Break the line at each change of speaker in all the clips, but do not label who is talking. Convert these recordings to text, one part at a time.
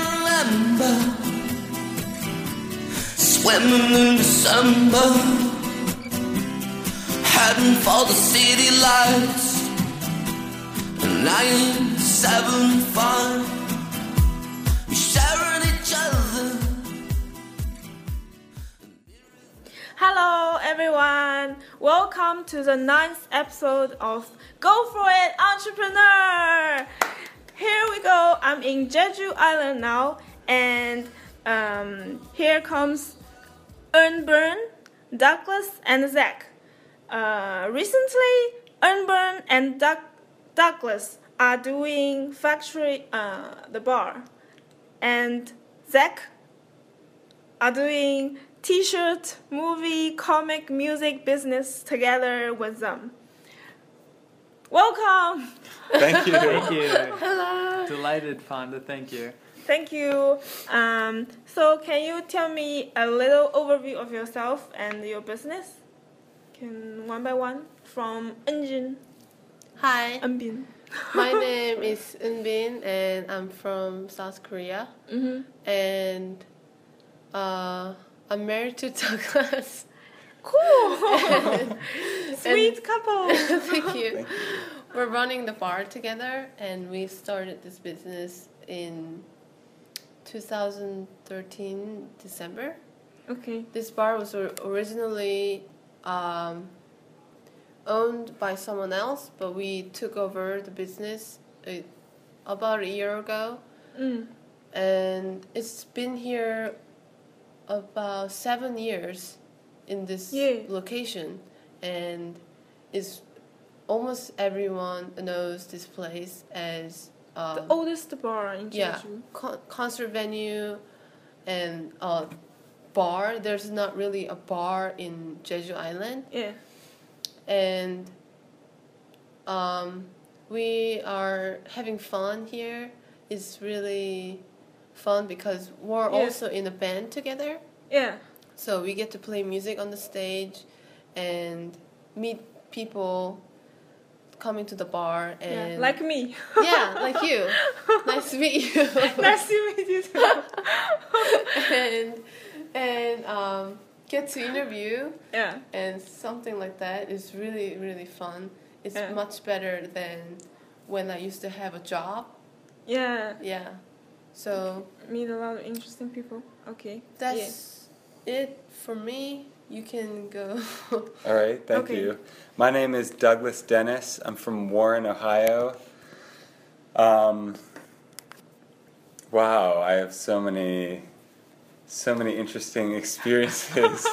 December, swimming in December, heading for the city lights. And I ain't seven five, we sharing each other.
Hello, everyone. Welcome to the ninth episode of Go For It Entrepreneur. Here we go. I'm in Jeju Island now, and um, here comes Ernburn, Douglas, and Zach. Uh, recently, Ernburn and Doug- Douglas are doing factory uh, the bar, and Zach are doing t-shirt, movie, comic, music business together with them. Welcome.
Thank you.
Thank you. Hello. Delighted, Fonda. Thank you.
Thank you. Um, so can you tell me a little overview of yourself and your business? Can one by one from Enjin,
Hi,
Enbin.
my name is Eunbin and I'm from South Korea.
Mhm.
And uh, I'm married to Douglas.
Cool. Sweet couple.
Thank you. We're running the bar together and we started this business in 2013 December.
Okay.
This bar was or- originally um, owned by someone else, but we took over the business uh, about a year ago,
Mm.
and it's been here about seven years in this
Yeah.
location, and it's almost everyone knows this place as um,
The oldest bar in Jeju.
yeah con- concert venue and a bar there's not really a bar in jeju island
Yeah.
and um, we are having fun here it's really fun because we're
Yeah.
also in a band together
Yeah.
so we get to play music on the stage and meet people coming to the bar and
yeah. Like me.
yeah like you nice to meet you
nice to meet you too.
and and um, get to interview
Yeah.
and something like that is really really fun. It's
Yeah.
much better than when I used to have a job.
Yeah.
Yeah, so
meet a lot of interesting people. Okay.
that's it for me. You can go.
All right, thank
Okay.
you. My name is Douglas Dennis. I'm from Warren, Ohio. Um, wow, I have so many, so many interesting experiences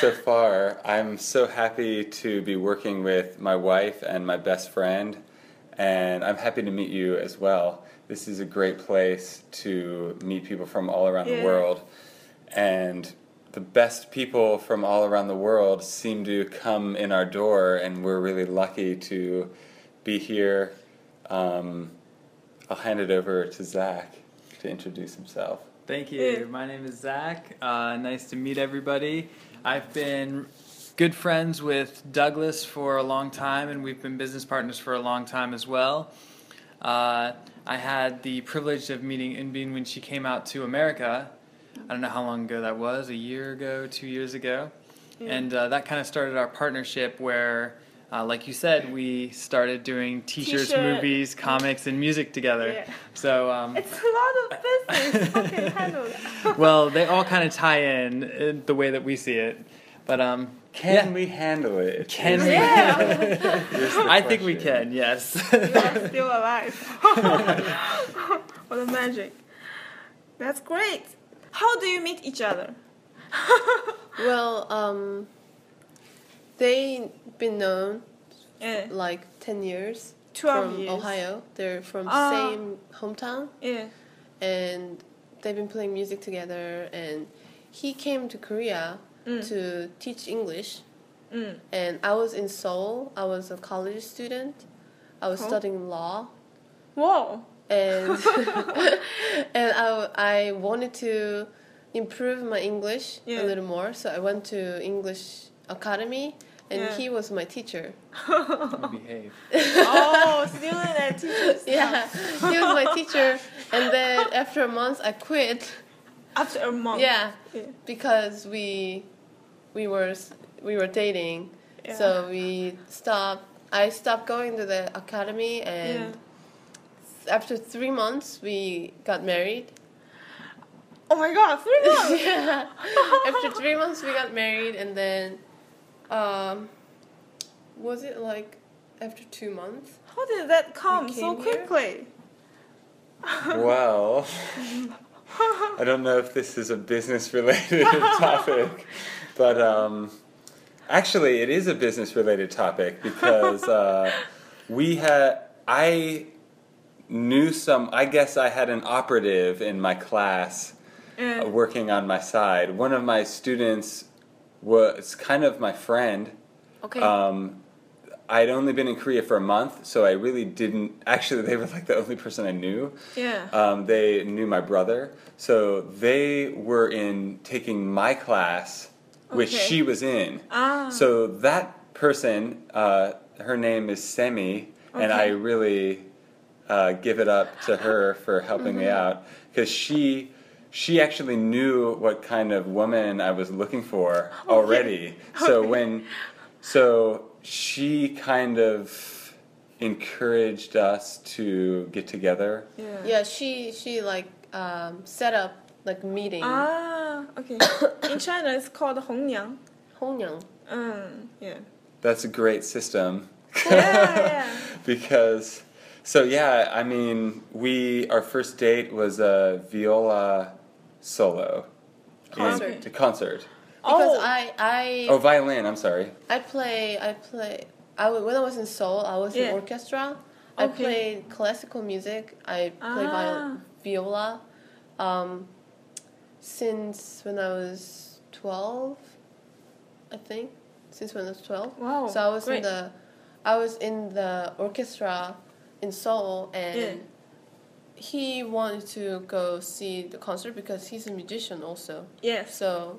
so far. I'm so happy to be working with my wife and my best friend, and I'm happy to meet you as well. This is a great place to meet people from all around
Yeah.
the world and the best people from all around the world seem to come in our door, and we're really lucky to be here. Um, I'll hand it over to Zach to introduce himself.
Thank
Yeah.
you. My name is Zach. Uh, nice to meet everybody. I've been good friends with Douglas for a long time, and we've been business partners for a long time as well. Uh, I had the privilege of meeting Inbin when she came out to America. I don't know how long ago that was, a year ago, two years ago. And uh, that kind of started our partnership where, uh, like you said, we started doing t shirts,
T-shirt.
movies, comics, and music together.
Yeah.
So um,
It's a lot of business. okay, handle that.
well, they all kind of tie in uh, the way that we see it. But um,
Can
yeah,
we handle it?
Can we?
Yeah,
Here's the
I think we
question.
can. Yes.
you're still alive. what a magic. That's great. How do you meet each other?
well, um, they been known
yeah,
like ten years
12
from
years.
Ohio. They're from
Ah.
same hometown.
yeah,
and they've been playing music together and he came to korea to teach english
Mm.
and i was in seoul i was a college student i was
Cool.
studying law
Whoa.
and and I, I wanted to improve my english
Yeah.
a little more so i went to english academy and
Yeah.
he was my teacher
Behave.
Oh, student and teachers.
yeah he was my teacher and then after a month, I quit.
After a month.
Yeah,
Yeah.
because we we were s- we were dating,
Yeah.
so we stopped. I stopped going to the academy, and after three months, we got married.
Oh my god, three months.
yeah. After three months, we got married, and then, um, was it like after two months?
How did that come so
came here?
quickly?
Well, I don't know if this is a business related topic, but um, actually, it is a business related topic because uh, we had, I knew some, I guess I had an operative in my class uh,
Yeah.
working on my side. One of my students was kind of my friend.
Okay.
Um, I'd only been in Korea for a month, so I really didn't. Actually, they were like the only person I knew.
Yeah.
Um, they knew my brother, so they were in taking my class, which
Okay.
she was in.
Ah.
So that person, uh, her name is Semi, and I
Okay.
really uh, give it up to her for helping me
Mm-hmm.
out because she. She actually knew what kind of woman I was looking for already. So when so she kind of encouraged us to get together.
yeah.
yeah, she she like um, set up like meeting.
Ah, okay. In China, it's called Hongyang.
Hongyang.
Um, yeah.
That's a great system
Yeah, yeah.
because so yeah, I mean, we our first date was a viola solo in-
Concert.
a concert.
Because
Oh.
I I
Oh, violin, I'm sorry.
I play I play I wa- when I was in Seoul I was
Yeah.
in orchestra. I
Okay.
played classical music. I play
Ah.
viol- viola. Um, since when I was twelve, I think. Since when I was twelve.
Wow,
So I was
great.
in the I was in the orchestra in Seoul and.
Yeah.
He wanted to go see the concert because he's a musician also.
Yes.
So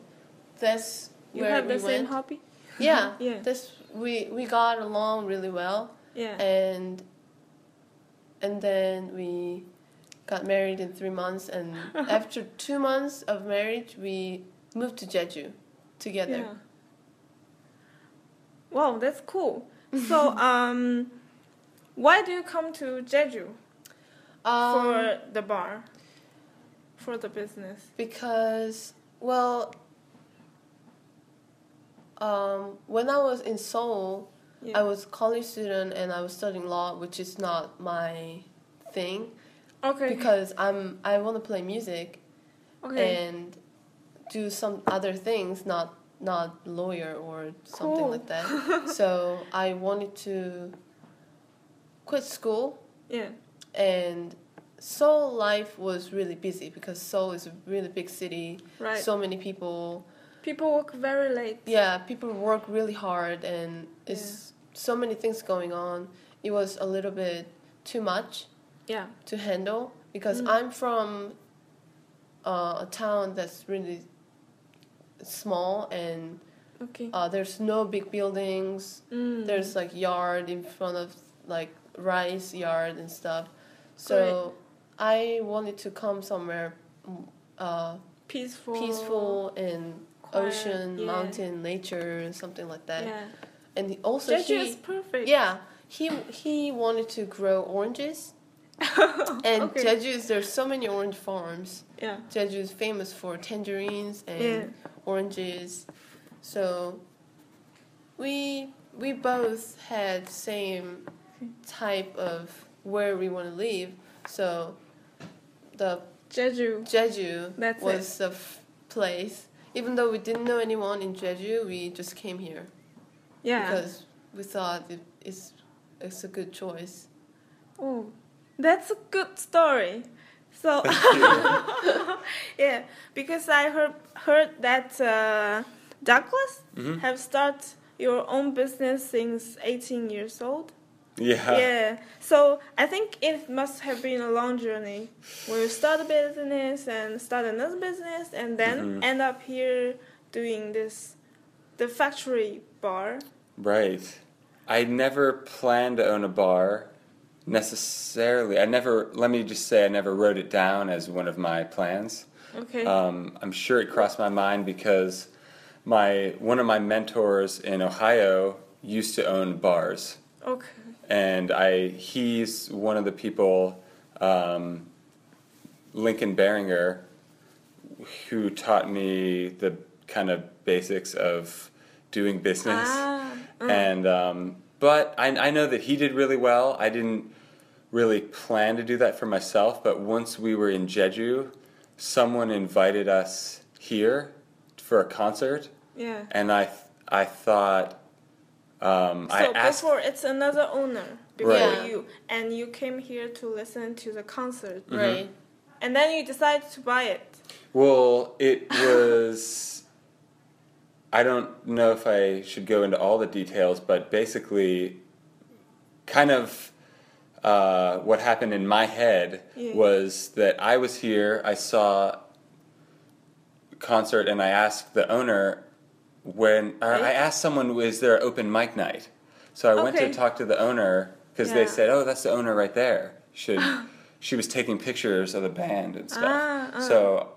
that's
You
where
have
we
the same
went.
hobby?
Yeah,
Yeah.
This we we got along really well,
Yeah.
and and then we got married in three months, and after two months of marriage, we moved to Jeju together.
Yeah. Wow, that's cool. So, um, why do you come to Jeju
Um,
for the bar, for the business?
because well, um, when I was in Seoul,
Yeah.
I was college student and I was studying law, which is not my thing
okay.
because I'm I want to play music
okay.
and do some other things, not not lawyer or something
Cool.
like that. so I wanted to quit school,
yeah.
and Seoul life was really busy because Seoul is a really big city.
Right.
So many people.
People work very late.
Yeah, people work really hard, and it's so many things going on. It was a little bit too much
Yeah.
to handle because
Mm.
I'm from uh, a town that's really small and
Okay.
uh, there's no big buildings.
Mm.
Uh, There's like yard in front of like rice yard and stuff. So I wanted to come somewhere mm, uh,
peaceful.
peaceful and
quiet,
ocean,
yeah.
mountain, nature, something like that.
Yeah.
And he- also
Jeju
he,
is perfect.
yeah, he he wanted to grow oranges. And
Okay.
Jeju is there's so many orange farms.
Yeah.
Jeju is famous for tangerines and
Yeah.
oranges. So we we both had same type of where we want to live. So the
Jeju.
Jeju
That's
was the f- place. Even though we didn't know anyone in Jeju, we just came here
Yeah.
because we thought it, it's it's a good choice.
Oh, that's a good story. So, yeah, because I heard heard that uh, Douglas have started your own business since 18 years old.
Yeah.
yeah. So I think it must have been a long journey where you start a business and start another business and then end up here doing this, the factory bar.
Right. I never planned to own a bar. necessarily. I never. Let me just say, I never wrote it down as one of my plans.
Okay.
Um, I'm sure it crossed my mind because my one of my mentors in Ohio used to own bars,
okay.
and I he's one of the people, um, Lincoln Beringer, who taught me the kind of basics of doing business.
Ah,
And um, but I, I know that he did really well. I didn't really plan to do that for myself, but once we were in Jeju, someone invited us here for a concert,
Yeah.
and I I thought um, I
so
asked
before it's another owner before
Right. Yeah.
you, and you came here to listen to the concert,
Right.
and then you decided to buy it.
Well, it was. I don't know if I should go into all the details, but basically, kind of uh, what happened in my head
Yeah.
was that I was here, I saw a concert, and I asked the owner when, or I asked someone, is there an open mic night? So I went to
Okay.
talk to the owner because
Yeah.
they said, oh, that's the owner right there. Should she was taking pictures of the band and stuff.
Ah, ah.
So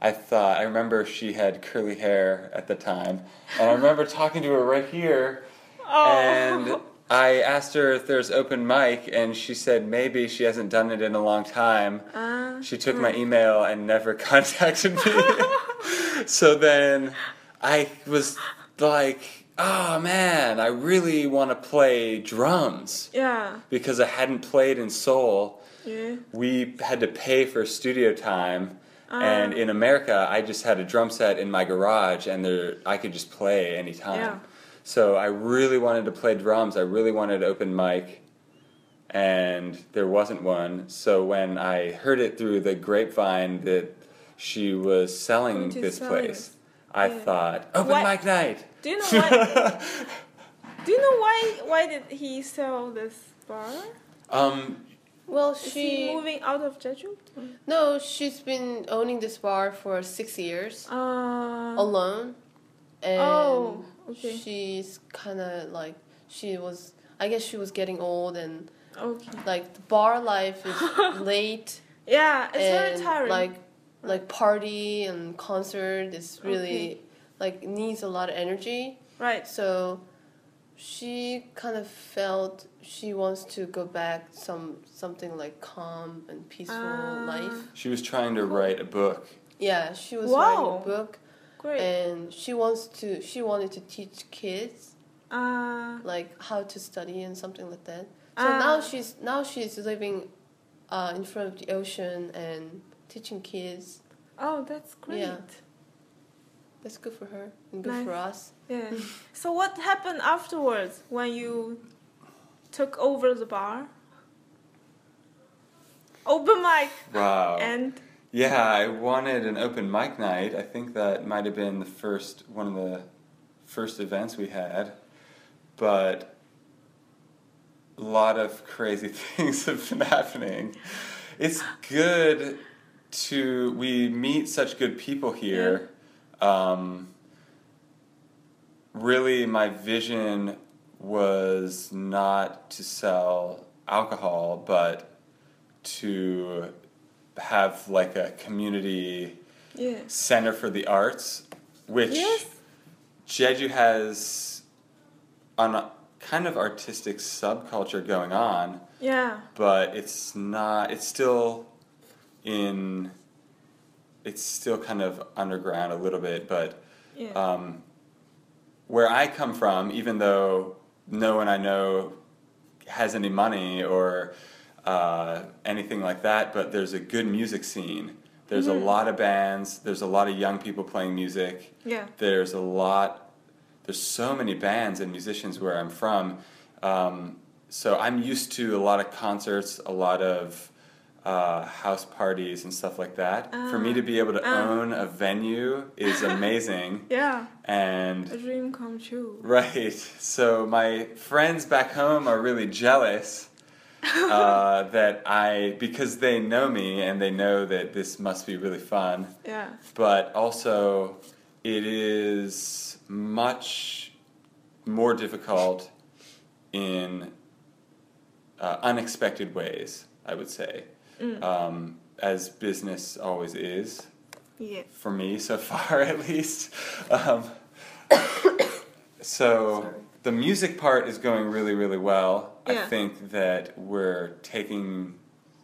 I thought I remember she had curly hair at the time, and I remember talking to her right here,
Oh.
and I asked her if there's open mic, and she said maybe she hasn't done it in a long time.
Ah,
she took
hmm.
my email and never contacted me. so then I was like, oh man, I really want to play drums
Yeah.
because I hadn't played in Seoul
Yeah.
we had to pay for studio time
Ah.
and in america i just had a drum set in my garage and there i could just play anytime
Yeah.
so i really wanted to play drums i really wanted open mic and there wasn't one so when i heard it through the grapevine that she was selling
Going to
this
sell
place i
Yeah.
thought open
What-
mic night
Do you know why? do you know why? Why did he sell this bar?
um,
Well,
Is he
she
moving out of Jeju?
no, she's been owning this bar for six years
Uh,
alone, and
Oh, okay.
she's kind of like she was. I guess she was getting old, and
okay.
like the bar life is late
Yeah, it's very
and
tiring.
like like party and concert is really
Okay.
like needs a lot of energy.
right.
So she kind of felt she wants to go back some something like calm and peaceful
Ah.
life.
she was trying to write a book
Yeah, she was
Wow.
writing a book
Great.
and she wants to she wanted to teach kids
Uh,
like how to study and something like that. So
Ah.
now she's now she's living uh, in front of the ocean and teaching kids.
oh, that's great.
Yeah. That's good for her and good
Nice.
for us.
Yeah. So what happened afterwards when you took over the bar? Open mic
wow
and
Yeah, I wanted an open mic night. I think that might have been the first one of the first events we had, but a lot of crazy things have been happening. It's good to we meet such good people here. Um, really, my vision was not to sell alcohol, but to have like a community
yeah.
center for the arts, which
Yes.
Jeju has on a kind of artistic subculture going on,
Yeah.
but it's not. It's still in. It's still kind of underground a little bit, but
Yeah.
um, where I come from, even though no one I know has any money or uh, anything like that, but there's a good music scene. There's a lot of bands. There's a lot of young people playing music.
yeah.
There's a lot. There's so many bands and musicians where I'm from. Um, so I'm used to a lot of concerts, a lot of uh, house parties and stuff like that. For me to be able to own a venue is amazing.
Yeah. A
And
dream come true.
right, so my friends back home are really jealous uh, that I because they know me and they know that this must be really fun
Yeah.
but also it is much more difficult in uh, unexpected ways, I would say, um, as business always is
Yeah.
for me so far, at least. Um, so the music part is going really, really well. I
Yeah.
think that we're taking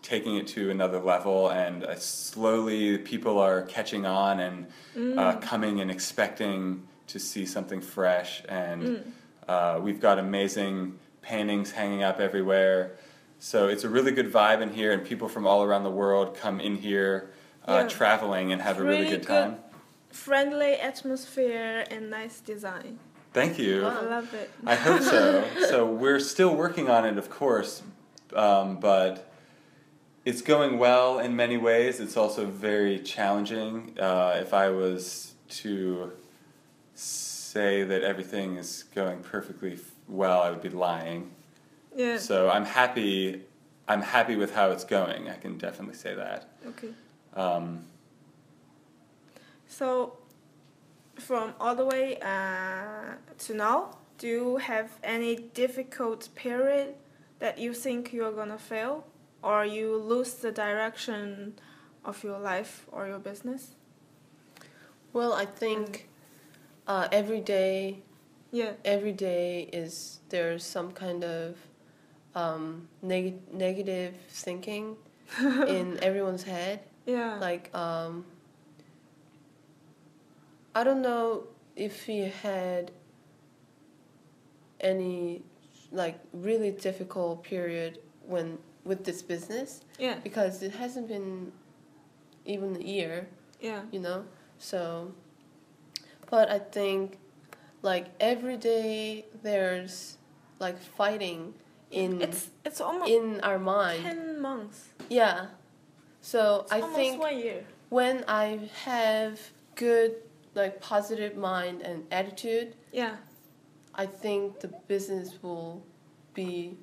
taking it to another level, and uh, slowly people are catching on and
Mm.
uh, coming and expecting to see something fresh. And
Mm.
uh, we've got amazing paintings hanging up everywhere. So it's a really good vibe in here, and people from all around the world come in here, uh,
Yeah.
traveling and have a really, good time.
friendly atmosphere and nice design.
Thank you.
I love it.
I hope so. so we're still working on it, of course, um, but it's going well in many ways. It's also very challenging. Uh, if I was to say that everything is going perfectly f- well, I would be lying.
Yeah.
So I'm happy. I'm happy with how it's going. I can definitely say that.
Okay.
Um,
So, from all the way uh, to now, do you have any difficult period that you think you're gonna fail, or you lose the direction of your life or your business?
Well, I think uh, every day,
Yeah.
every day is there's some kind of um, neg- negative thinking in everyone's head.
Yeah.
Like, um, I don't know if you had any like really difficult period when with this business
yeah.
because it hasn't been even a year
Yeah.
you know so but i think like every day there's like fighting in
It's it's almost
in our mind
ten months.
yeah so
It's
i
almost
think
one year.
when i have good like positive mind and attitude
Yeah.
i think the business will be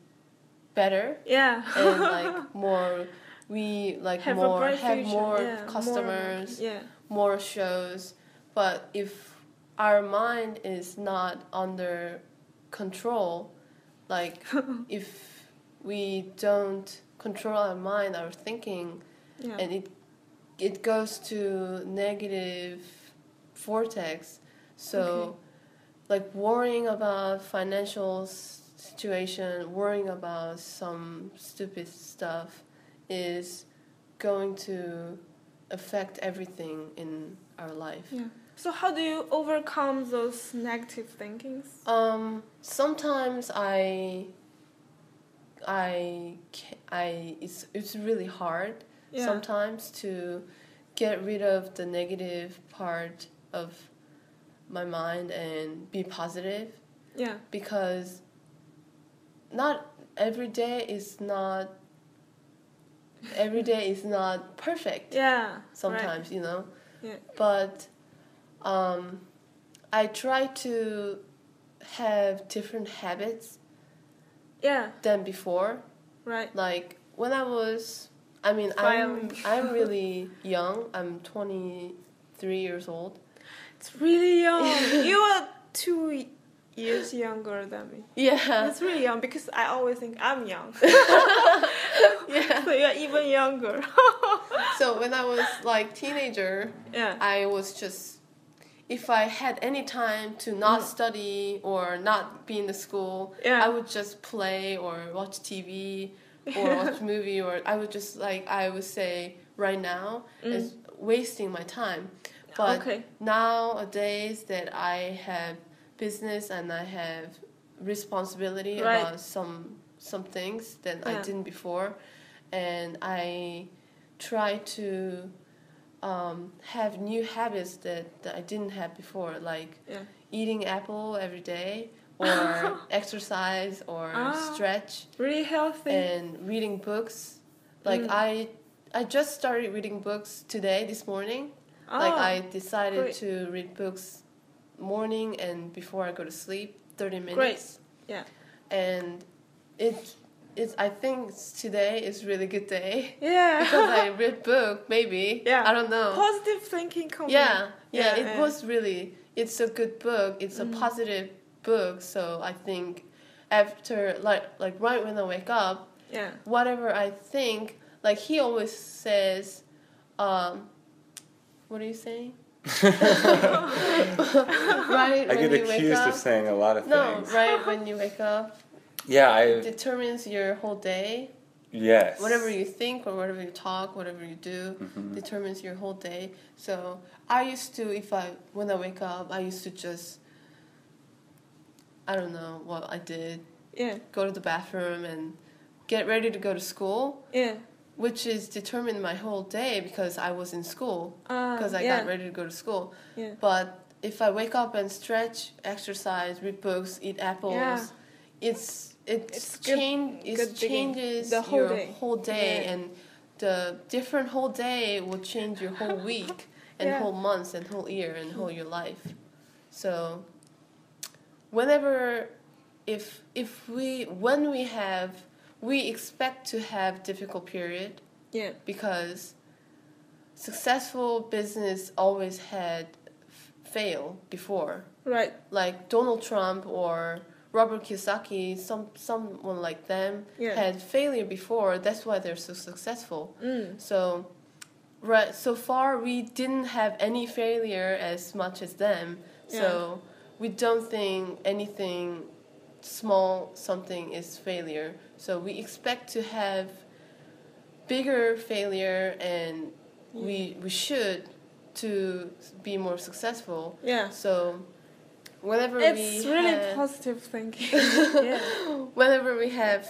better
Yeah.
and like more we like
have
more
a bright
have
future.
more
yeah, more-
customers
yeah.
more shows, but if our mind is not under control, like if we don't control our mind, our thinking,
Yeah.
and it it goes to negative vortex. So,
Okay.
like worrying about financial s- situation, worrying about some stupid stuff, is going to affect everything in our life.
yeah. So how do you overcome those negative thinkings?
Um, sometimes I, I, ca- I, it's it's really hard
Yeah.
sometimes to get rid of the negative part of my mind and be positive
Yeah.
because not every day is not every day is not perfect
Yeah. Right.
sometimes you know
Yeah.
but um, i try to have different habits
Yeah.
than before
Right.
like when i was i mean i'm,
Filing.
I'm really young i'm 23 years old
It's really young. you are two y- years younger than me.
yeah
That's really young because I always think I'm young. so you're even younger.
so when i was like teenager
yeah.
I was just if I had any time to not study or not be in the school,
Mm. Yeah.
I would just play or watch TV or watch movie or I would just like I would say right now is wasting my time. But
Mm. Okay.
nowadays that I have business and I have responsibility
Right.
about some some things that I
Yeah.
didn't before and I try to um, have new habits that, that I didn't have before, like
Yeah.
eating apple every day, or exercise, or
Ah.
stretch,
Really healthy.
and reading books. Like
Mm.
I, I just started reading books today this morning.
oh,
like I decided
great.
to read books morning and before I go to sleep, thirty minutes.
Yeah.
And it, it I think today is really good day.
Yeah.
Because I read book, maybe.
Yeah.
I don't know.
Positive thinking comes.
Yeah, yeah,
Yeah, Mm.
it
yeah.
was really. It's a good book. It's a positive book. So I think after like like right when I wake up,
Yeah.
whatever I think, like he always says, um, what are you saying? right
I
when
get
you wake
accused
up.
of saying a lot of
no,
things.
right when you wake up
Yeah,
it
I
determines your whole day.
yes.
Whatever you think or whatever you talk, whatever you do,
Mm-hmm.
determines your whole day. So I used to, if I when I wake up, I used to just, I don't know what I did,
Yeah.
go to the bathroom and get ready to go to school.
Yeah.
which is determined my whole day because I was in school
Ah,
because I
yeah.
got ready to go to school.
Yeah.
But if I wake up and stretch, exercise, read books, eat apples,
Yeah.
it's it
It's good-
change
good
it
digging.
changes
The whole
your
day.
whole day
Yeah.
and the different whole day will change your whole week and
Yeah.
whole months and whole year and whole your life. So whenever if if we when we have we expect to have difficult period
Yeah.
because successful business always had f- fail before
Right.
like donald trump or robert kiyosaki some someone like them
Yeah.
had failure before that's why they're so successful
Mm.
so right so far we didn't have any failure as much as them so we don't think anything small something is failure so we expect to have bigger failure and we we should to be more successful
Yeah.
so whenever
It's
we
really
have,
positive thinking. yeah.
whenever we have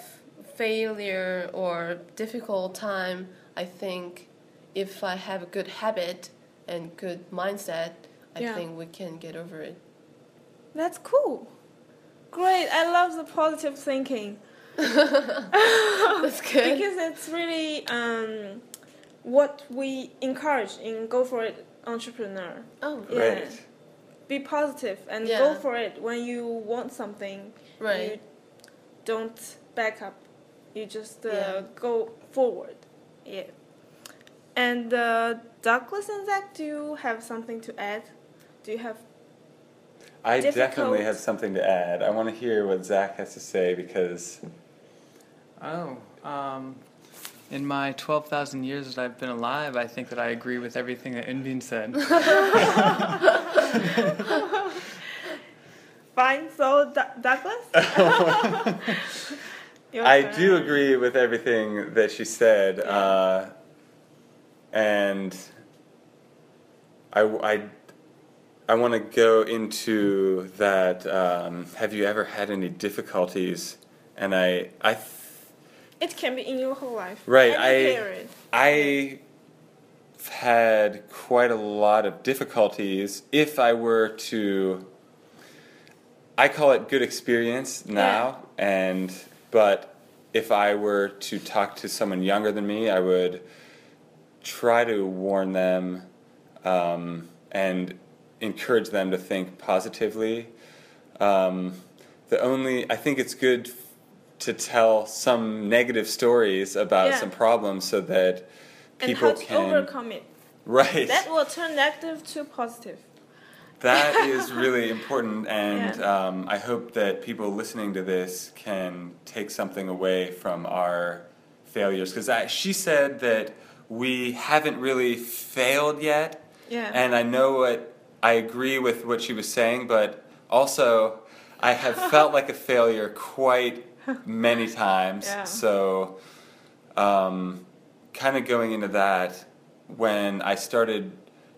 failure or difficult time, I think if I have a good habit and good mindset, I
Yeah.
think we can get over it.
That's cool. Great. I love the positive thinking.
That's good.
because it's really um, what we encourage in Go For It Entrepreneur.
oh,
Yeah.
Great.
Be positive and go
Yeah.
for it when you want something. You
right.
don't back up. You just uh,
Yeah.
go forward. Yeah. And uh, Douglas and Zach, do you have something to add? Do you have?
I
difficult.
definitely have something to add. I want to hear what Zach has to say because
Oh, um, in my 12,000 years that I've been alive, I think that I agree with everything that Envin said.
Fine. So D- Douglas. Your
I
turn.
do agree with everything that she said, uh, and I, want to go into that. Um, have you ever had any difficulties? And I, I, th-
It can be in your whole life.
Right,
Any
I-
period.
I had quite a lot of difficulties. If I were to, I call it good experience now, and but if I were to talk to someone younger than me, I would try to warn them um, and encourage them to think positively. Um, the only I think it's good f- to tell some negative stories about
Yeah.
some problems so that
and
people
how to
can
overcome it.
right.
That will turn negative to positive.
that is really important, and
Yeah.
um, I hope that people listening to this can take something away from our failures. Because she said that we haven't really failed yet,
Yeah.
and I know what I agree with what she was saying, but also I have felt like a failure quite many times.
Yeah.
So, um, kind of going into that, when I started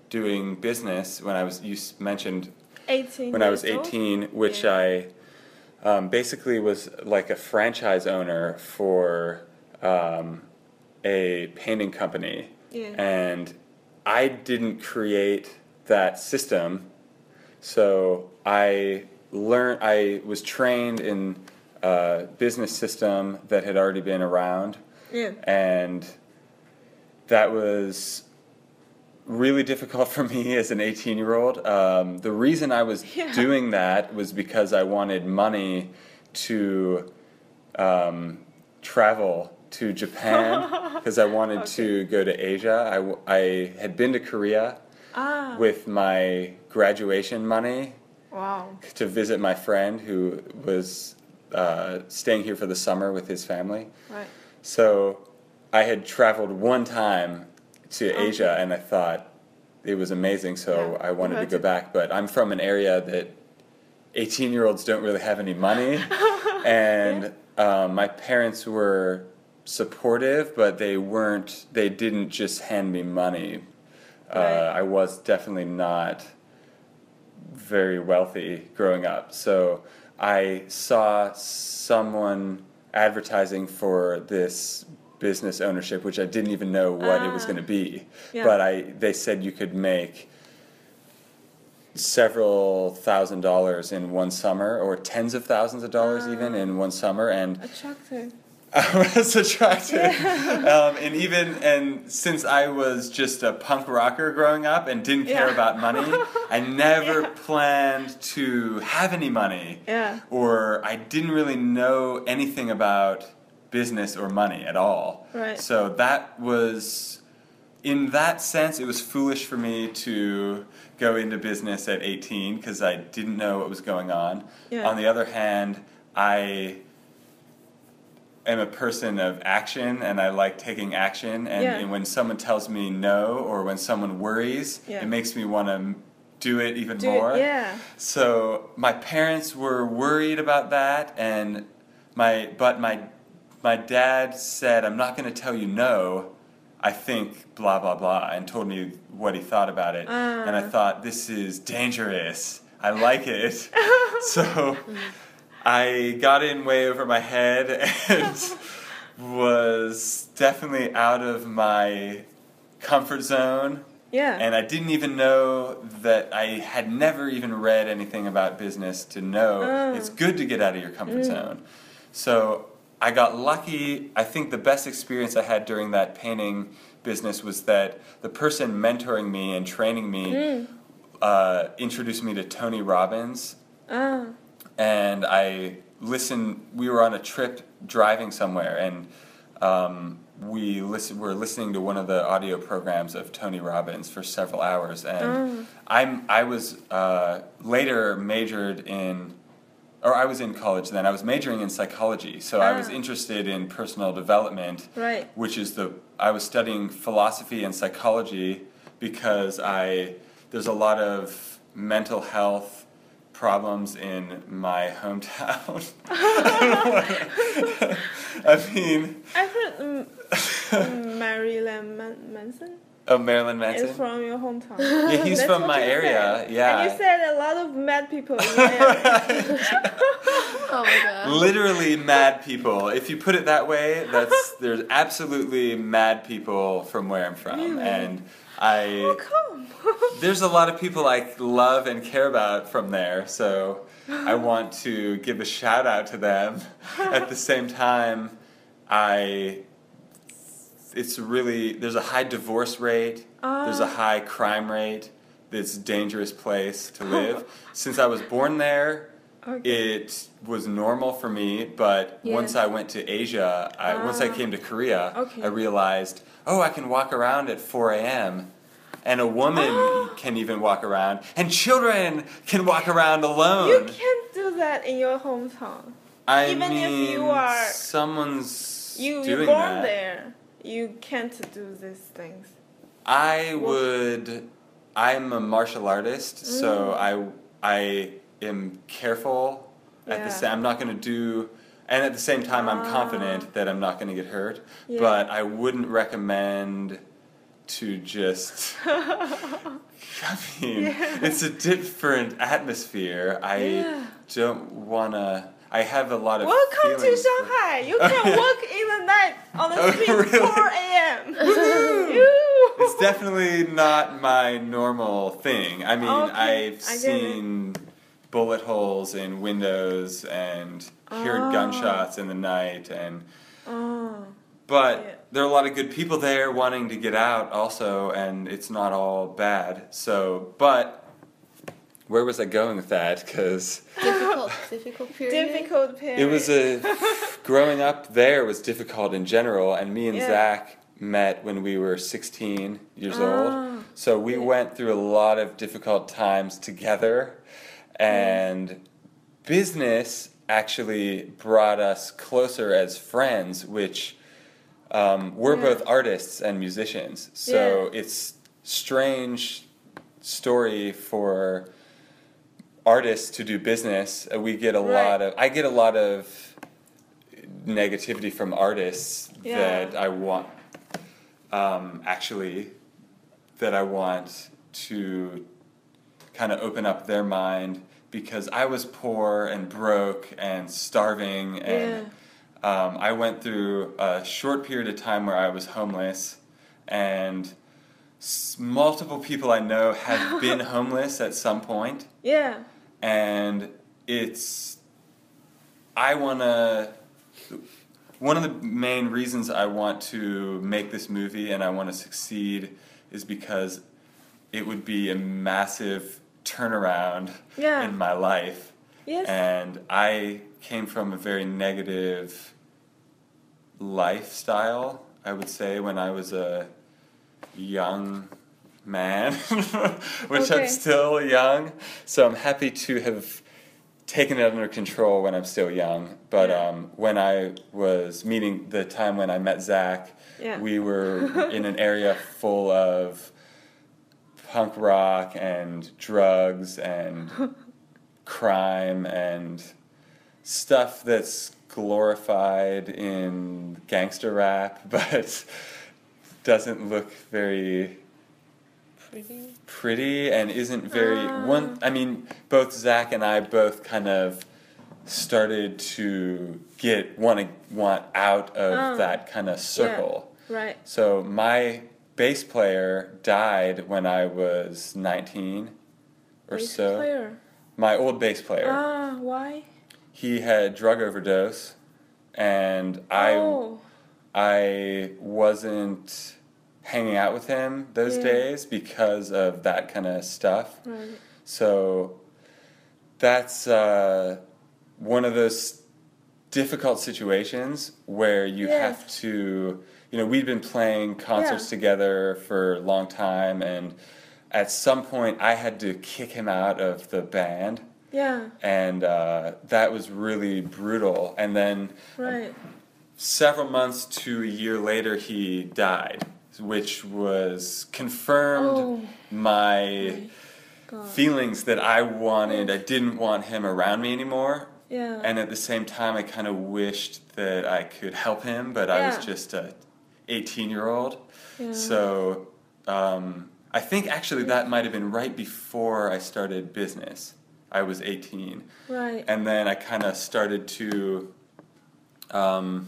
doing business, when I was you s- mentioned
18.
when I was
years old.
18, which
Yeah.
I um, basically was like a franchise owner for um, a painting company.
Yeah.
And I didn't create that system. So I learned, I was trained in a business system that had already been around
Yeah.
and that was really difficult for me as an 18 year old. Um, the reason I was
Yeah.
doing that was because I wanted money to um, travel to Japan because I wanted to go to Asia. I, w- I had been to Korea
Ah.
with my graduation money
Wow.
to visit my friend who was uh, staying here for the summer with his family.
Right.
So I had traveled one time to Asia and I thought it was amazing, so
Yeah.
I wanted to
Okay.
go back. But I'm from an area that 18 year olds don't really have any money. and um, my parents were supportive, but they weren't, they didn't just hand me money. Uh,
Right.
I was definitely not very wealthy growing up. So I saw someone advertising for this business ownership, which I didn't even know what it was
Ah.
going to be.
Yeah.
But I, they said you could make several thousand dollars in one summer, or tens of thousands of dollars even
Ah.
in one summer, and
Attractive.
I was attracted. Um, and even and since I was just a punk rocker growing up and didn't care
Yeah.
about money, I never
Yeah.
planned to have any money.
Yeah.
Or I didn't really know anything about business or money at all.
Right.
So that was in that sense it was foolish for me to go into business at 18 because I didn't know what was going on.
Yeah.
On the other hand, I am a person of action and I like taking action. And,
Yeah.
and when someone tells me no or when someone worries,
Yeah.
it makes me want to do it even
Do it-
more.
yeah.
So my parents were worried about that, and my but my my dad said, "I'm not going to tell you no." I think blah blah blah, and told me what he thought about it, and I thought this is dangerous. I like it, so I got in way over my head and was definitely out of my comfort zone.
Yeah.
And I didn't even know that I had never even read anything about business to know it's good to get out of your comfort zone. So I got lucky. I think the best experience I had during that painting business was that the person mentoring me and training me uh, introduced me to Tony Robbins,
ah.
and I listened. We were on a trip driving somewhere, and um, we listen, were listening to one of the audio programs of Tony Robbins for several hours. And I'm I was uh, later majored in, or I was in college then. I was majoring in psychology, so I was
Ah.
interested in personal development,
Right.
which is the I was studying philosophy and psychology because I there's a lot of mental health problems in my hometown. I mean,
I've heard um, um, Marilyn Man- Manson
oh Marilyn Manson.
is from your hometown.
yeah, he's
That's
from
what
my
you
area.
said.
Yeah.
And you said a lot of mad people in your area.
Oh my god.
Literally mad people. If you put it that way, that's there's absolutely mad people from where I'm from, and I.
Oh, Come.
there's a lot of people I love and care about from there, so I want to give a shout out to them. At the same time, I it's really there's a high divorce rate, there's a high crime rate. It's a dangerous place to live. Since I was born there, it was normal for me, but once
Yeah. Ah.
I went to Asia, I, once I came to Korea,
Okay.
I realized, oh, I can walk around at 4 a.m. And a woman can even walk around, and children can walk around alone.
you can't do that in your hometown.
I
even if
mean,
you are-
someone's
You
doing
you born
that.
there. You can't do these things.
I would. I'm a martial artist,
Mm.
so I I am careful. At
Yeah.
the same, I'm not going to do, and at the same time, I'm
Ah.
confident that I'm not going to get hurt. But I wouldn't recommend to just. I mean, it's a different atmosphere. I
Yeah.
don't want to. I have a lot of.
Welcome to
feelings for-
Shanghai. You can walk in the night on the
Oh,
street
really?
4 a.m. You-
It's definitely not my normal thing. I mean,
Okay, I
I've
get it.
seen bullet holes in windows and heard
Oh.
gunshots in the night and
Oh,
but
Yeah.
there are a lot of good people there wanting to get out also and it's not all bad. So, but where was I going with that cuz
Difficult, difficult period.
difficult period.
it was a growing up there was difficult in general, and me and
Yeah. Ah.
Zach met when we were 16 years old. So we went through a lot of difficult times together, and business actually brought us closer as friends, which um, we're
Yeah.
both artists and musicians, so it's strange story for artists to do business. Uh, We get a
Right.
lot of I get a lot of negativity from artists
Yeah.
that I want um, actually that I want to kind of open up their mind because I was poor and broke and starving and um, I went through a short period of time where I was homeless and s- multiple people I know have been homeless at some point
yeah,
and it's I want to one of the main reasons I want to make this movie and I want to succeed is because it would be a massive turnaround
Yeah.
in my life.
Yes.
And I came from a very negative lifestyle, I would say, when I was a young man, which
Okay.
I'm still young. So I'm happy to have taken it under control when I'm still young. But
Yeah.
um, when I was meeting the time when I met Zach,
Yeah.
we were in an area full of punk rock and drugs and crime and stuff that's glorified in gangster rap, but doesn't look very
Pretty.
pretty and isn't very one
Ah.
i mean both zach and i both kind of started to get want to want out of
Ah.
that kind of circle
right.
so my bass player died when i was 19 or
Bass
so
player.
my old bass player
Ah, why?
he had drug overdose and i
oh,
I wasn't hanging out with him those
Yeah.
days because of that kind of stuff.
right.
So that's uh, one of those difficult situations where you
Yes.
have to, you know, we'd been playing concerts
Yeah.
together for a long time, and at some point I had to kick him out of the band.
Yeah,
And uh, that was really brutal. And then
right.
several months to a year later, he died, which was confirmed
Oh.
my
God.
feelings that I wanted, I didn't want him around me anymore.
Yeah.
And at the same time, I kind of wished that I could help him, but I
Yeah.
was just a 18 year old.
Yeah.
So um, I think actually that might have been right before I started business. I was 18
right.
and then I kind of started to. Um,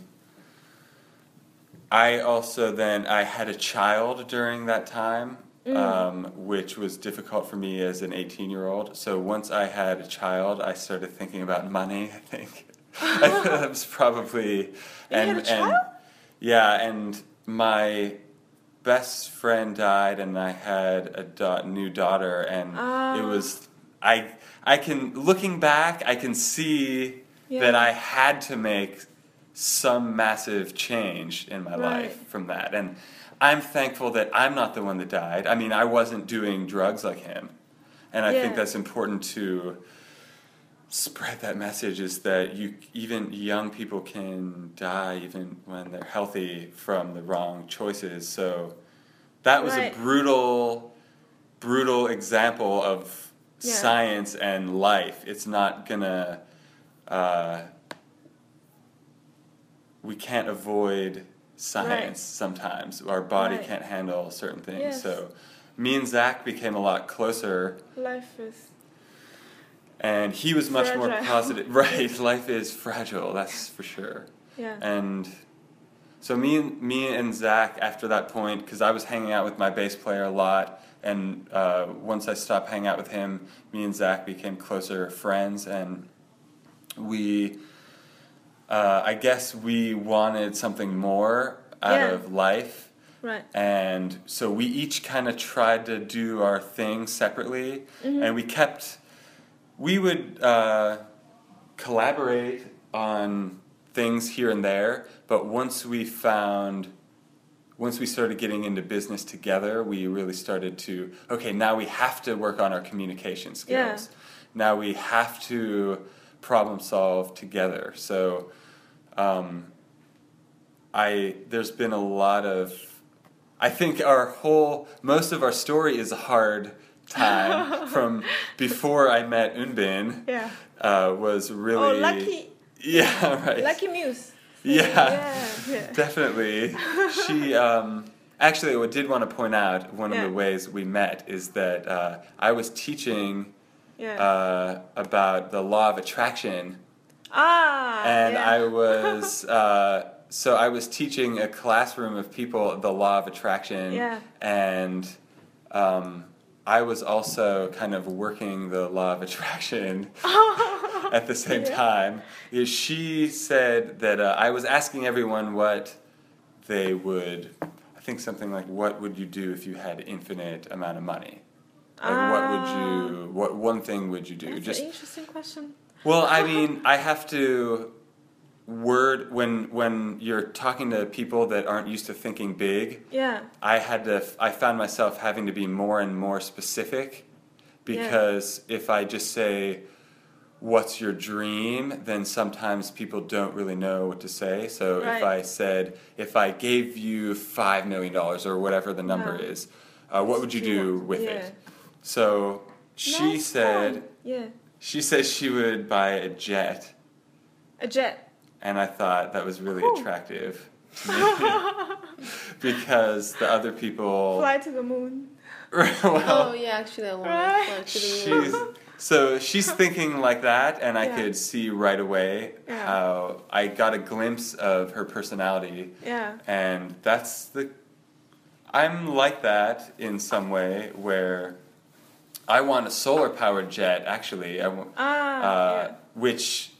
I also then I had a child during that time,
Mm.
um, which was difficult for me as an eighteen-year-old. So once I had a child, I started thinking about money. I think I think that was probably
You had a child?
yeah, and my best friend died, and I had a da- new daughter, and it
Ah.
was I. I can looking back, I can see that
Yeah.
I had to make some massive change in my
Right.
life from that, and I'm thankful that I'm not the one that died. I mean, I wasn't doing drugs like him, and I
Yeah.
think that's important to spread that message is that you even young people can die even when they're healthy from the wrong choices so that was
Right.
a brutal brutal example of
Yeah.
science and life it's not gonna uh, we can't avoid science sometimes our body
Right.
can't handle certain things
Yes.
so me and zach became a lot closer
Life is.
and he was much more
Fragile.
positive. Right, life is fragile, that's for sure.
Yeah.
And so me and me and Zach after that point, because I was hanging out with my bass player a lot, and uh, once I stopped hanging out with him, me and Zach became closer friends, and we, uh, I guess we wanted something more out
Yeah.
of life.
right.
And so we each kind of tried to do our thing separately, and we kept. We would uh, collaborate on things here and there, but once we found, once we started getting into business together, we really started to okay. Now we have to work on our communication
Yeah.
skills. Now we have to problem solve together. So. Um, I there's been a lot of I think our whole most of our story is a hard time from before I met Unbin
Yeah.
uh, was really
Oh, lucky,
yeah right
lucky muse.
yeah,
Yeah. yeah.
definitely she um, actually I did want to point out one
Yeah.
of the ways we met is that uh, I was teaching
yeah.
uh, about the law of attraction
ah.
and
yeah.
I was uh, so I was teaching a classroom of people the law of attraction,
Yeah.
and um, I was also kind of working the law of attraction at the same time. Yeah, She said that uh, I was asking everyone what they would. I think something like, "What would you do if you had infinite amount of money?" Like, what would you? What one thing would you do?
Ah. That's
Just
an interesting question.
well, I mean, I have to word when when you're talking to people that aren't used to thinking big.
Yeah.
I had to. I found myself having to be more and more specific because if I just say, "What's your dream?" then sometimes people don't really know what to say. So
Right.
if I said, "If I gave you five million dollars or whatever the number
Yeah.
is, uh, what would you do
Yeah.
with
Yeah.
it?" So she
Nice
said.
one. Yeah.
She said she would buy a jet,
A jet.
and I thought that was really
Cool.
attractive to me. because the other people.
Fly to the moon.
Oh
well,
yeah, actually, I want
Right.
to fly to the moon.
she's so she's thinking like that, and I
Yeah.
could see right away
Yeah.
how I got a glimpse of her personality,
Yeah.
and that's the. I'm like that in some way where I want a solar powered jet. Actually, I want.
Ah.
uh, which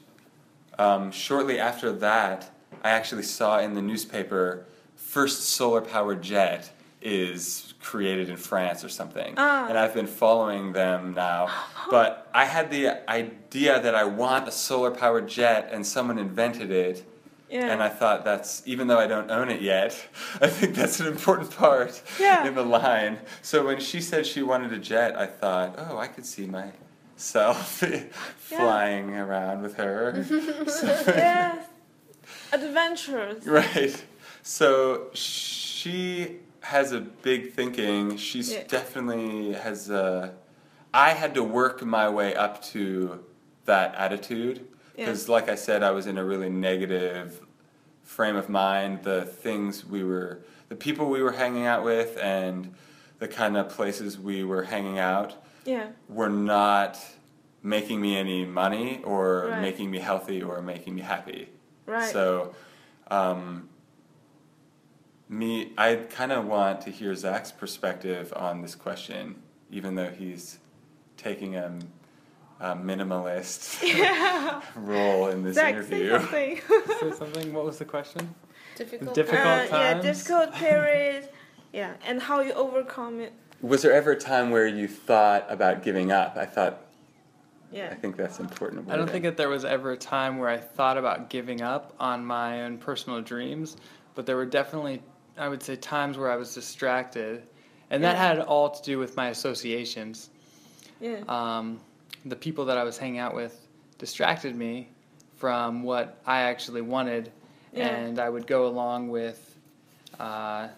um, shortly after that, I actually saw in the newspaper first solar powered jet is created in France or something.
Ah.
And I've been following them now. But I had the idea that I want a solar powered jet, and someone invented it.
yeah. yeah.
And I thought that's, even though I don't own it yet, I think that's an important part
Yeah.
in the line. So when she said she wanted a jet, I thought, oh, I could see myself flying around with her.
Mm-hmm. yes. Adventures.
right. So she has a big thinking. She's
Yeah.
definitely has a. I had to work my way up to that attitude
Yeah.
because, like I said, I was in a really negative frame of mind. The things we were, the people we were hanging out with, and the kind of places we were hanging out
Yeah.
were not making me any money or
Right.
making me healthy or making me happy.
Right.
So, um, me, I kind of want to hear Zach's perspective on this question, even though he's taking a, a minimalist
yeah.
role in this
Zach, say
interview.
something.
Say something. What was the question?
Difficult.
Difficult
Uh, yeah,
times.
difficult period. Yeah, and how you overcome it.
Was there ever a time where you thought about giving up? I thought I
Yeah.
think that's important.
I don't think that there was ever a time where I thought about giving up on my own personal dreams, but there were definitely, I would say, times where I was distracted. And that
Yeah.
had all to do with my associations.
Yeah.
Um, the people that I was hanging out with distracted me from what I actually wanted,
Yeah.
and I would go along with, uh,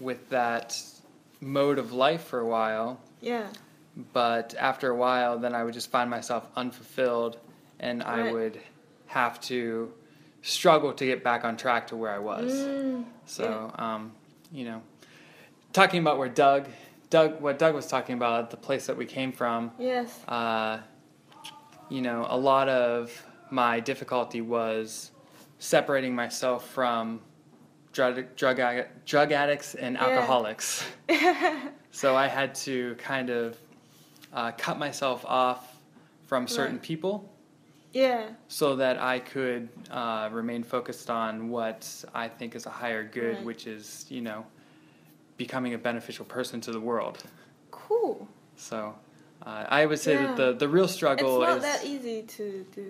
with that mode of life for a while
yeah.
but after a while then i would just find myself unfulfilled and i
Right.
would have to struggle to get back on track to where i was
Mm,
so um, you know talking about where doug doug what doug was talking about the place that we came from
Yes.
uh, you know, a lot of my difficulty was separating myself from drug drug, addi- drug addicts and
Yeah.
alcoholics. so I had to kind of uh, cut myself off from certain
Right.
people
Yeah.
so that I could uh, remain focused on what I think is a higher good,
Right.
which is, you know, becoming a beneficial person to the world.
Cool.
So uh, I would say
Yeah.
that the, the real
It's
struggle
not
is
that easy to do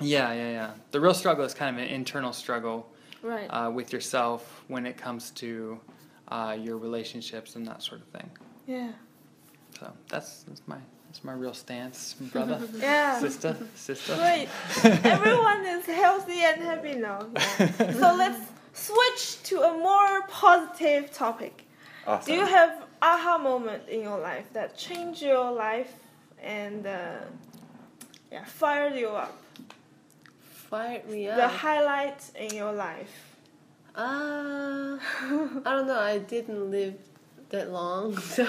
Yeah, yeah, yeah. The real struggle is kind of an internal struggle
that. Right.
uh, with yourself when it comes to uh, your relationships and that sort of thing.
yeah.
So that's, that's my that's my real stance, brother,
Yeah.
sister, sister.
Great. Everyone is healthy and happy now. Yeah. So let's switch to a more positive topic.
Awesome.
Do you have aha moment in your life that changed your life and uh, yeah, fired you up?
Fire me
The
up.
highlight in your life.
Uh, I don't know. I didn't live that long, so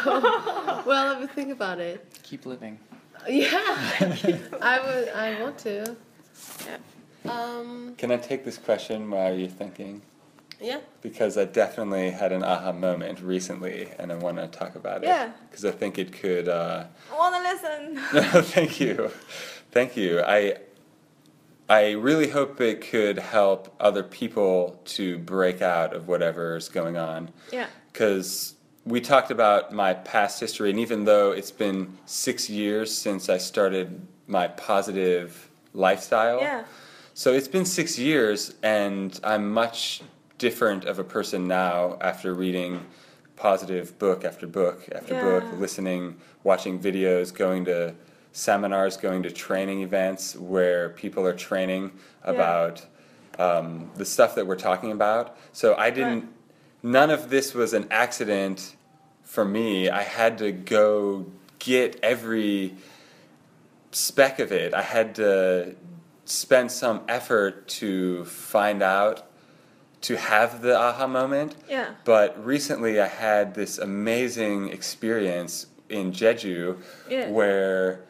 well, let me think about it.
Keep living.
Yeah, I would. I want to. Yeah. Um.
Can I take this question while you're thinking?
Yeah.
Because I definitely had an aha moment recently, and I want to talk about it.
Yeah.
Because I think it could. Uh,
Wanna listen?
No, thank you, thank you. I I really hope it could help other people to break out of whatever's going on.
Yeah.
Because we talked about my past history, and even though it's been six years since I started my positive lifestyle,
Yeah.
so it's been six years, and I'm much different of a person now after reading positive book after book after book,
Yeah.
listening, watching videos, going to seminars, going to training events where people are training about um, the stuff that we're talking about. So I didn't, none of this was an accident for me. I had to go get every speck of it. I had to spend some effort to find out, to have the aha moment.
Yeah.
But recently I had this amazing experience in Jeju
Yeah.
where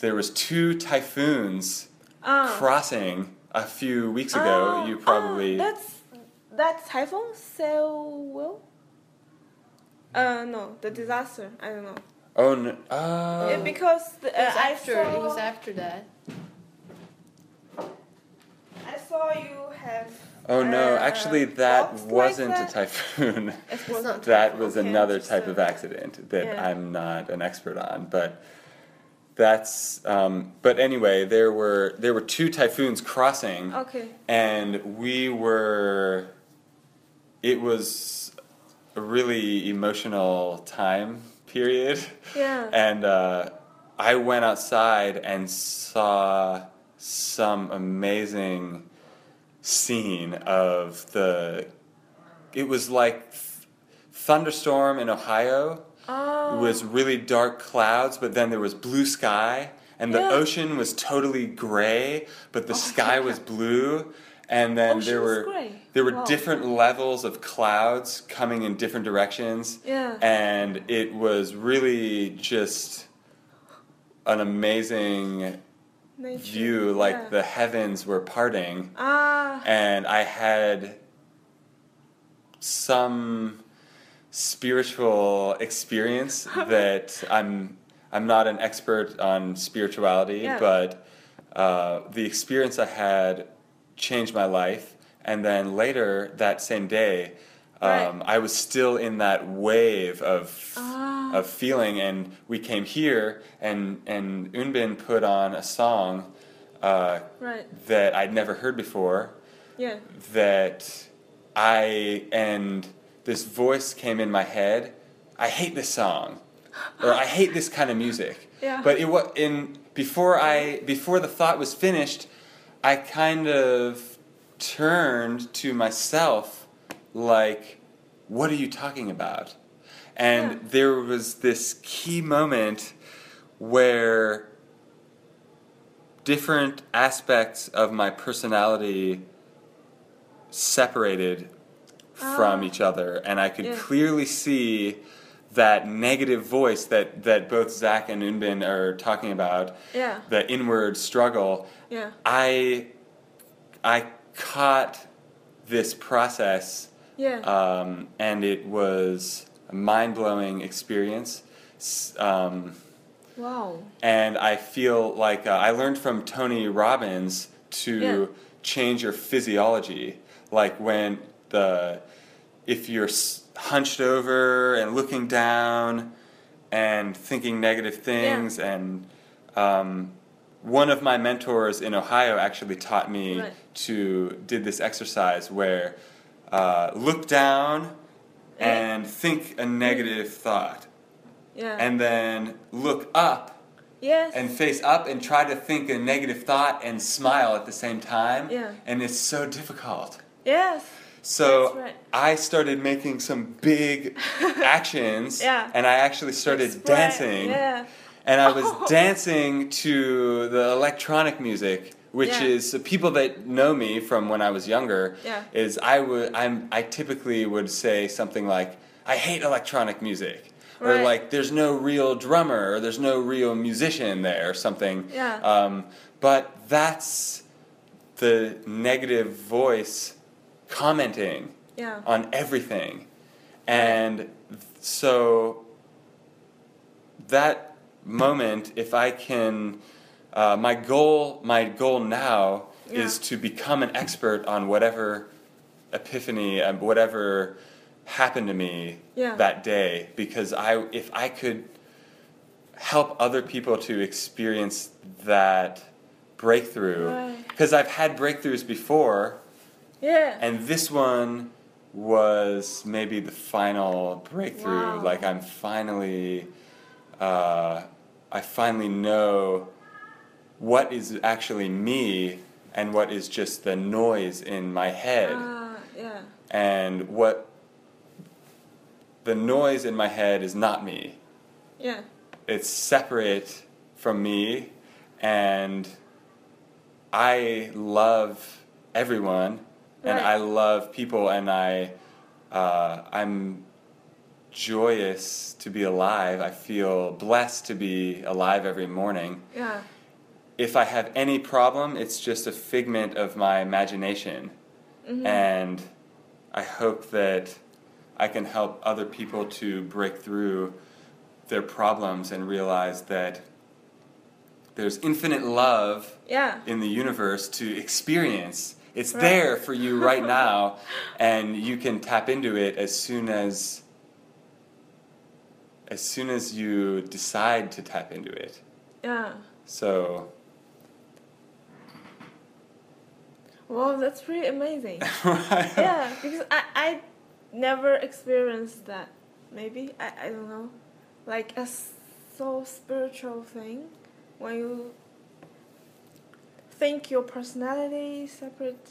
there was two typhoons
Oh. Um,
crossing a few weeks ago.
Ah,
you
ah,
probably
that's that's typhoon Sewol. Uh no, the disaster. I don't know.
own uh,
Yeah, because the,
It
uh,
was
I
after.
saw
It was after that.
I saw you have.
Oh no,
uh,
actually that
walks like
wasn't
that.
a typhoon.
It was
not
that was
Okay,
another type of
so-
accident that
Yeah.
I'm not an expert on, but that's um, but anyway, there were there were two typhoons crossing
Okay.
and we were it was a really emotional time period.
Yeah.
And uh, I went outside and saw some amazing scene of the. It was like th- thunderstorm in Ohio.
Oh.
It was really dark clouds, but then there was blue sky, and the
Yeah. Oh,
ocean was totally gray, but the sky was blue. And then
Ocean
there
was
were
gray.
there were
Wow.
different levels of clouds coming in different directions.
Yeah.
And it was really just an amazing
Nature.
view like
yeah.
the heavens were parting
Ah.
and I had some spiritual experience that I'm I'm not an expert on spirituality,
Yeah.
but uh, the experience I had changed my life. And then later that same day, um, I was still in that wave of
Ah.
of feeling, and we came here, and and Unbin put on a song uh,
Right.
that I'd never heard before
Yeah.
that I and this voice came in my head. I hate this song, or I hate this kind of music.
Yeah.
But it was in before I before the thought was finished, I kind of turned to myself, like, "What are you talking about?" And
Yeah.
there was this key moment where different aspects of my personality separated from each other and i could
Ah. Yeah.
clearly see that negative voice that, that both zach and unbin are talking about
Yeah.
the inward struggle
Yeah.
i i caught this process
Yeah.
um, and it was a mind-blowing experience S- um,
wow.
and I feel like uh, I learned from Tony Robbins to
Yeah.
change your physiology, like when the if you're s- hunched over and looking down and thinking negative things and um, one of my mentors in Ohio actually taught me
Right.
to did this exercise where uh, look down and think a negative thought
Yeah.
and then look up
yes.
and face up and try to think a negative thought and smile at the same time.
Yeah.
And it's so difficult.
yes.
So
That's right.
I started making some big actions
Yeah.
and I actually started
Spread,
dancing.
Yeah.
And I was
Oh.
dancing to the electronic music, which
Yeah.
is the people that know me from when I was younger.
Yeah.
Is I would I'm I typically would say something like I hate electronic music. Or
Right.
like there's no real drummer or there's no real musician there or something.
Yeah.
Um, but that's the negative voice commenting
Yeah.
on everything. And so that moment, if I can, uh, my goal, my goal now is
Yeah.
to become an expert on whatever epiphany, uh, whatever happened to me
Yeah.
that day, because I, if I could help other people to experience that breakthrough,
Right.
because I've had breakthroughs before,
Yeah.
and this one was maybe the final breakthrough.
Wow.
Like I'm finally, uh, I finally know what is actually me and what is just the noise in my head
Ah, yeah.
and what the noise in my head is not me.
Yeah.
It's separate from me and I love everyone, and
Right.
I love people, and I uh, I'm joyous to be alive. I feel blessed to be alive every morning.
Yeah.
If I have any problem, it's just a figment of my imagination, and I hope that I can help other people to break through their problems and realize that there's infinite love
Yeah.
in the universe to experience. It's
Right.
there for you right now, and you can tap into it as soon as as soon as you decide to tap into it.
Yeah.
So
Wow, that's pretty amazing.
yeah.
yeah, because I, I never experienced that. Maybe I, I don't know, like a s- so spiritual thing when you think your personality is separate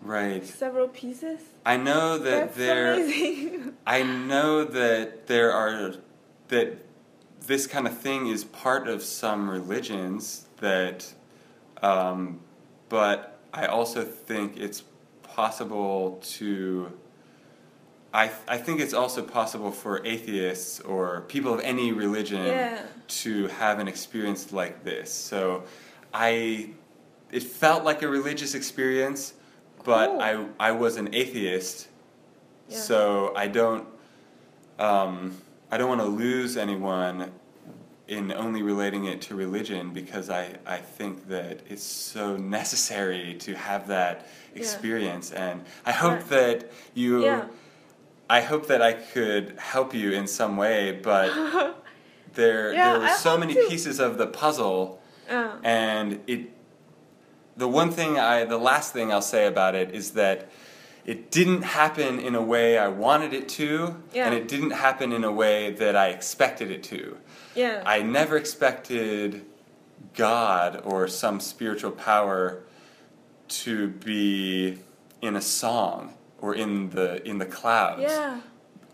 Right.
several pieces.
I know that
That's
there
amazing.
I know that there are that this kind of thing is part of some religions that, um, but I also think it's possible to. I, I think it's also possible for atheists or people of any religion
Yeah.
to have an experience like this. So I it felt like a religious experience, but
Cool.
I I was an atheist
Yeah.
so I don't, um, I don't want to lose anyone in only relating it to religion because I, I think that it's so necessary to have that
Yeah.
experience and I
Right.
hope that you
Yeah.
I hope that I could help you in some way but there
Yeah,
there were
I
so
hope
many
too.
pieces of the puzzle
Uh,
and it the one thing i the last thing i'll say about it is that it didn't happen in a way i wanted it to
Yeah.
and it didn't happen in a way that i expected it to
yeah.
i never expected god or some spiritual power to be in a song or in the in the clouds
yeah.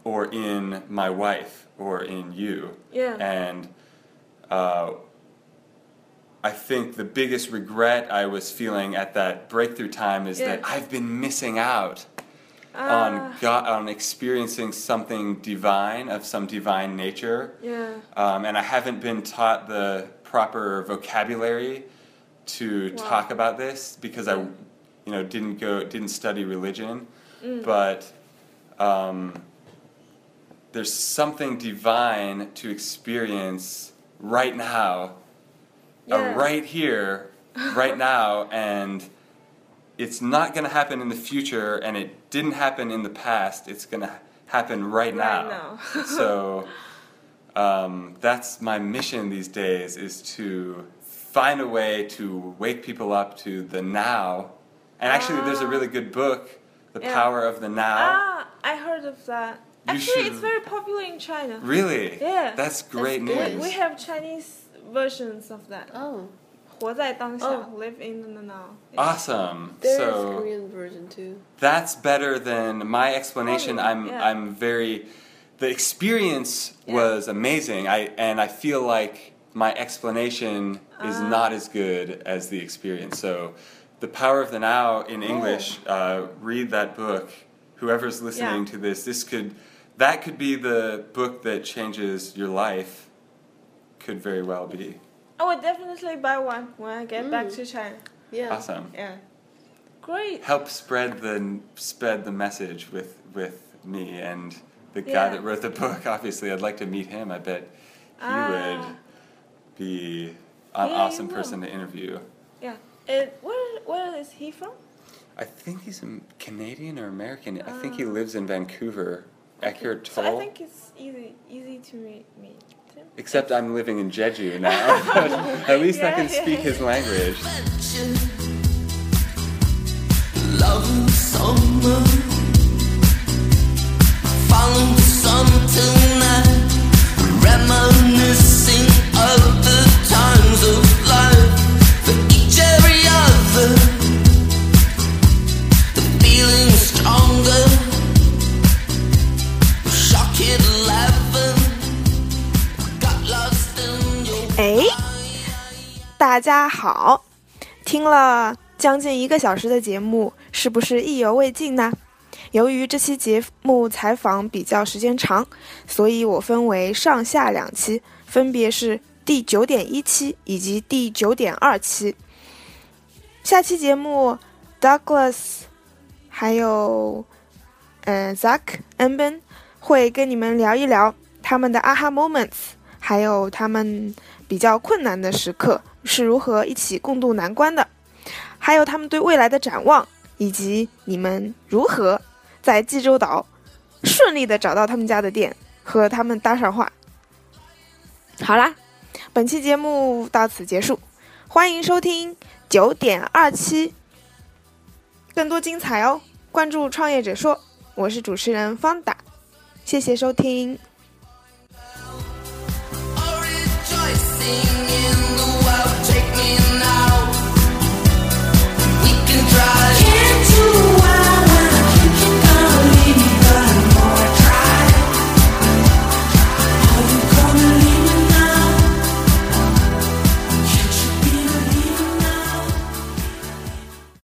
or in my wife or in you.
Yeah.
And uh, I think the biggest regret I was feeling at that breakthrough time is that
Yeah.
I've been missing out
Ah,
on God, on experiencing something divine of some divine nature.
yeah.
Um, and I haven't been taught the proper vocabulary to
Wow.
talk about this because I, you know, didn't go didn't study religion,
Mm.
but um, there's something divine to experience right now, uh,
Yeah.
right here, right now, and it's not going to happen in the future, and it didn't happen in the past. It's going to happen right now.
now.
so um, that's my mission these days is to find a way to wake people up to the now. And actually, there's a really good book, The
Yeah.
Power of the Now.
Ah, I Ah, heard of that.
You
Actually,
should-
it's very popular in China.
Really?
Yeah.
That's great
That's
We,
good.
news.
we have Chinese versions of that.
Oh,
活在当下,
Oh.
live in the now.
Ah, Awesome.
there's
so
Korean version too.
that's better than my explanation.
Probably,
I'm
yeah.
I'm very the experience
Yeah.
was amazing. I and I feel like my explanation is
Ah.
not as good as the experience. So the power of the now
Oh.
in English, uh, read that book. Whoever's listening to this, this could that could be the book that changes your life. Could very well be.
I will definitely buy one when I get back
Mm.
to China.
Yeah.
Awesome.
Yeah. Great.
help spread the spread the message with with me and the
Yeah.
guy that wrote the book. Obviously, I'd like to meet him. I bet he
Ah.
would be an
Yeah,
awesome
you
person to interview.
Yeah. It, where, where is he from?
I think he's a Canadian or American. I think he lives in Vancouver. Eckhart
Ah. So
Tolle.
I think it's easy easy to meet me.
Except I'm living in Jeju now. At least I
Yeah,
can
yeah,
speak his language.
Adventure. Love in summer. Follow the sun tonight. Reminiscing of the times of life. For each every other. The feeling stronger. Shock it laughing. Got lost in your
哎，大家好！听了将近一个小时的节目，是不是意犹未尽呢？由于这期节目采访比较时间长，所以我分为上下两期，分别是第九点一期以及第九点二期。下期节目，Douglas 还有嗯、z a c k and Ben 会跟你们聊一聊他们的 aha moments，还有他们比较困难的时刻是如何一起共度难关的，还有他们对未来的展望，以及你们如何在济州岛顺利的找到他们家的店和他们搭上话。好啦，本期节目到此结束，欢迎收听九点二七，更多精彩哦！关注“创业者说”，我是主持人方达，谢谢收听。
Or rejoicing